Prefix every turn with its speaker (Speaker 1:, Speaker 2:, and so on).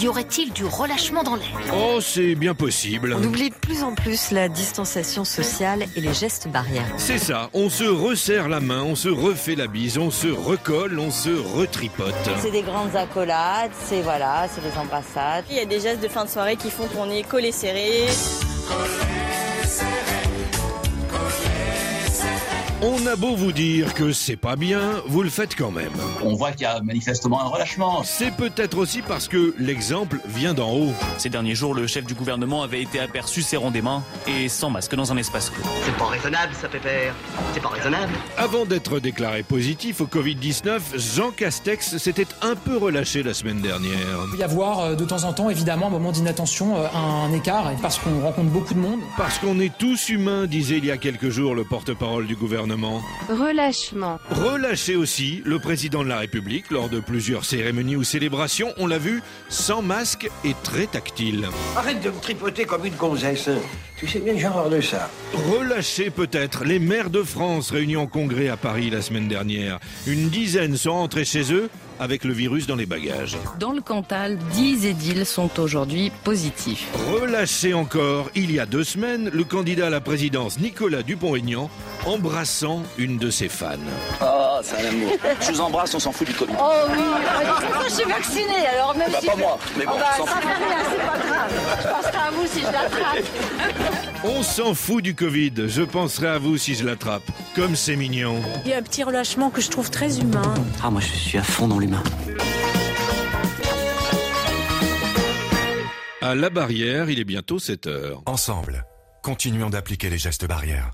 Speaker 1: Y aurait-il du relâchement dans l'air
Speaker 2: Oh, c'est bien possible.
Speaker 3: On oublie de plus en plus la distanciation sociale et les gestes barrières.
Speaker 2: C'est ça, on se resserre la main, on se refait la bise, on se recolle, on se retripote.
Speaker 4: C'est des grandes accolades, c'est voilà, c'est des embrassades.
Speaker 5: Il y a des gestes de fin de soirée qui font qu'on est collé serré.
Speaker 2: On a beau vous dire que c'est pas bien, vous le faites quand même.
Speaker 6: On voit qu'il y a manifestement un relâchement.
Speaker 2: C'est peut-être aussi parce que l'exemple vient d'en haut.
Speaker 7: Ces derniers jours, le chef du gouvernement avait été aperçu serrant des mains et sans masque dans un espace clos.
Speaker 8: C'est pas raisonnable, ça, Pépère. C'est pas raisonnable.
Speaker 2: Avant d'être déclaré positif au Covid-19, Jean Castex s'était un peu relâché la semaine dernière.
Speaker 9: Il peut y avoir euh, de temps en temps, évidemment, un moment d'inattention, euh, un écart, parce qu'on rencontre beaucoup de monde.
Speaker 2: Parce qu'on est tous humains, disait il y a quelques jours le porte-parole du gouvernement.
Speaker 10: Relâchement.
Speaker 2: Relâché aussi le président de la République lors de plusieurs cérémonies ou célébrations, on l'a vu, sans masque et très tactile.
Speaker 11: Arrête de me tripoter comme une gonzesse. Tu sais bien que j'ai horreur de ça.
Speaker 2: Relâché peut-être les maires de France réunis en congrès à Paris la semaine dernière. Une dizaine sont rentrés chez eux avec le virus dans les bagages.
Speaker 12: Dans le Cantal, 10 édiles sont aujourd'hui positifs.
Speaker 2: Relâché encore, il y a deux semaines, le candidat à la présidence Nicolas Dupont-Aignan embrassant une de ses fans.
Speaker 13: Ah, oh, c'est un amour. Je vous embrasse, on s'en fout du Covid.
Speaker 14: Oh oui, moi je suis vaccinée, alors même
Speaker 13: bah,
Speaker 14: si...
Speaker 13: Pas je... moi, mais bon,
Speaker 14: oh, bah, on Ça fait rien, c'est pas grave. Je penserai à vous si je l'attrape.
Speaker 2: On s'en fout du Covid, je penserai à vous si je l'attrape. Comme c'est mignon.
Speaker 15: Il y a un petit relâchement que je trouve très humain.
Speaker 13: Ah, moi je suis à fond dans l'humain.
Speaker 2: À la barrière, il est bientôt 7 heures.
Speaker 16: Ensemble, continuons d'appliquer les gestes barrières.